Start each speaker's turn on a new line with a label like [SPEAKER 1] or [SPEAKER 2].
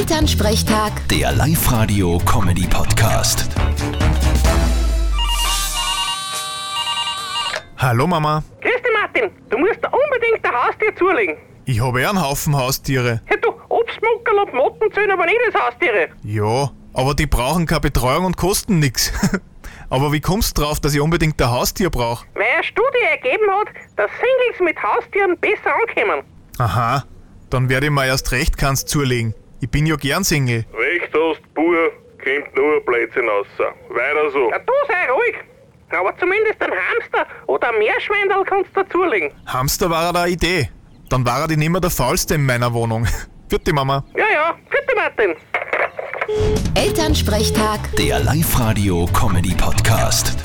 [SPEAKER 1] Elternsprechtag,
[SPEAKER 2] Der Live-Radio-Comedy-Podcast.
[SPEAKER 3] Hallo Mama,
[SPEAKER 4] Grüß dich, Martin. Du musst da unbedingt ein Haustier zulegen.
[SPEAKER 3] ich habe eh einen Haufen Haustiere.
[SPEAKER 4] Hey, du, Obstmuckerl und Motten zählen aber nicht als Haustiere.
[SPEAKER 3] Ja, aber die brauchen keine Betreuung und kosten nix. aber wie kommst du drauf, dass ich unbedingt ein Haustier brauche?
[SPEAKER 4] Weil eine Studie ergeben hat, dass Singles mit Haustieren besser ankommen.
[SPEAKER 3] Aha, dann werde ich mir erst recht keins zulegen. Ich bin ja gern Single.
[SPEAKER 5] Recht hast, Bur, kommt nur ein Blödsinn raus. Weiter so.
[SPEAKER 4] Ja, du sei ruhig. Aber zumindest ein Hamster oder ein Meerschweinderl kannst du zulegen.
[SPEAKER 3] Hamster war da eine Idee. Dann war er nicht mehr der Faulste in meiner Wohnung. Vierte Mama.
[SPEAKER 4] Ja, ja. Bitte, Martin.
[SPEAKER 1] Elternsprechtag.
[SPEAKER 2] Der Live-Radio-Comedy-Podcast.